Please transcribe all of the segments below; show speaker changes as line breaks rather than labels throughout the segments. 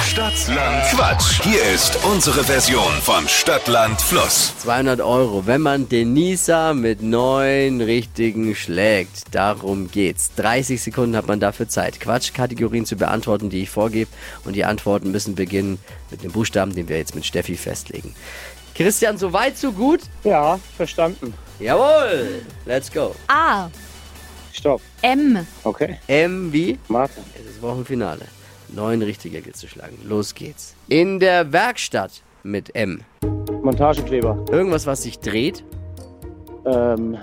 Stadtland Quatsch. Hier ist unsere Version von Stadtland Fluss.
200 Euro, wenn man Denisa mit neun richtigen schlägt. Darum geht's. 30 Sekunden hat man dafür Zeit, Quatschkategorien zu beantworten, die ich vorgebe. Und die Antworten müssen beginnen mit einem Buchstaben, den wir jetzt mit Steffi festlegen. Christian, so weit, so gut?
Ja, verstanden.
Jawohl! Let's go.
A.
Stopp.
M.
Okay.
M wie?
Martin.
Es ist Wochenfinale. Neun richtige gilt zu schlagen. Los geht's. In der Werkstatt mit M.
Montagekleber.
Irgendwas, was sich dreht.
Ähm.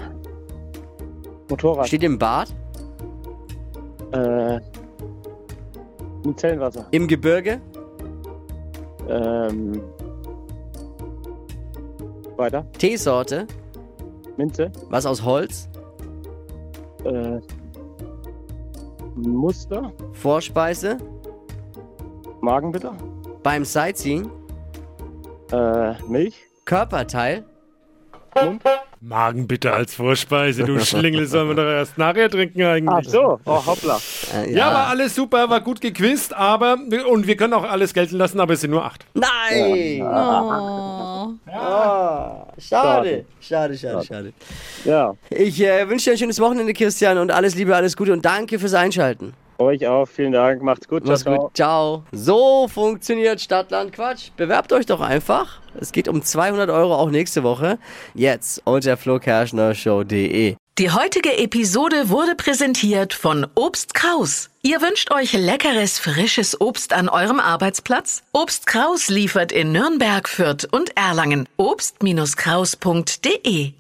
Motorrad.
Steht im Bad.
äh. Ein Zellenwasser.
Im Gebirge.
Ähm. Weiter.
Teesorte.
Minze.
Was aus Holz.
Äh. Muster.
Vorspeise.
Magenbitter.
Beim Sightseeing.
Äh. Milch.
Körperteil.
Magen bitte als Vorspeise, du Schlingel, sollen wir doch erst nachher trinken
Ach
Ah,
eigentlich.
so. Oh, hoppla.
Äh,
Ja, war alles super, war gut gequist, aber, und wir können auch alles gelten lassen, aber es sind nur acht.
Nein! Oh,
Oh.
Schade. Schade, schade, schade.
Ja.
Ich äh, wünsche dir ein schönes Wochenende, Christian, und alles Liebe, alles Gute und danke fürs Einschalten.
Euch auch. Vielen Dank. Macht's gut.
Mach's
Ciao, ciao.
gut, ciao. So funktioniert Stadtland Quatsch. Bewerbt euch doch einfach. Es geht um 200 Euro auch nächste Woche. Jetzt unter flokerschnershow.de.
Die heutige Episode wurde präsentiert von Obst Kraus. Ihr wünscht euch leckeres, frisches Obst an eurem Arbeitsplatz? Obst Kraus liefert in Nürnberg, Fürth und Erlangen. Obst-Kraus.de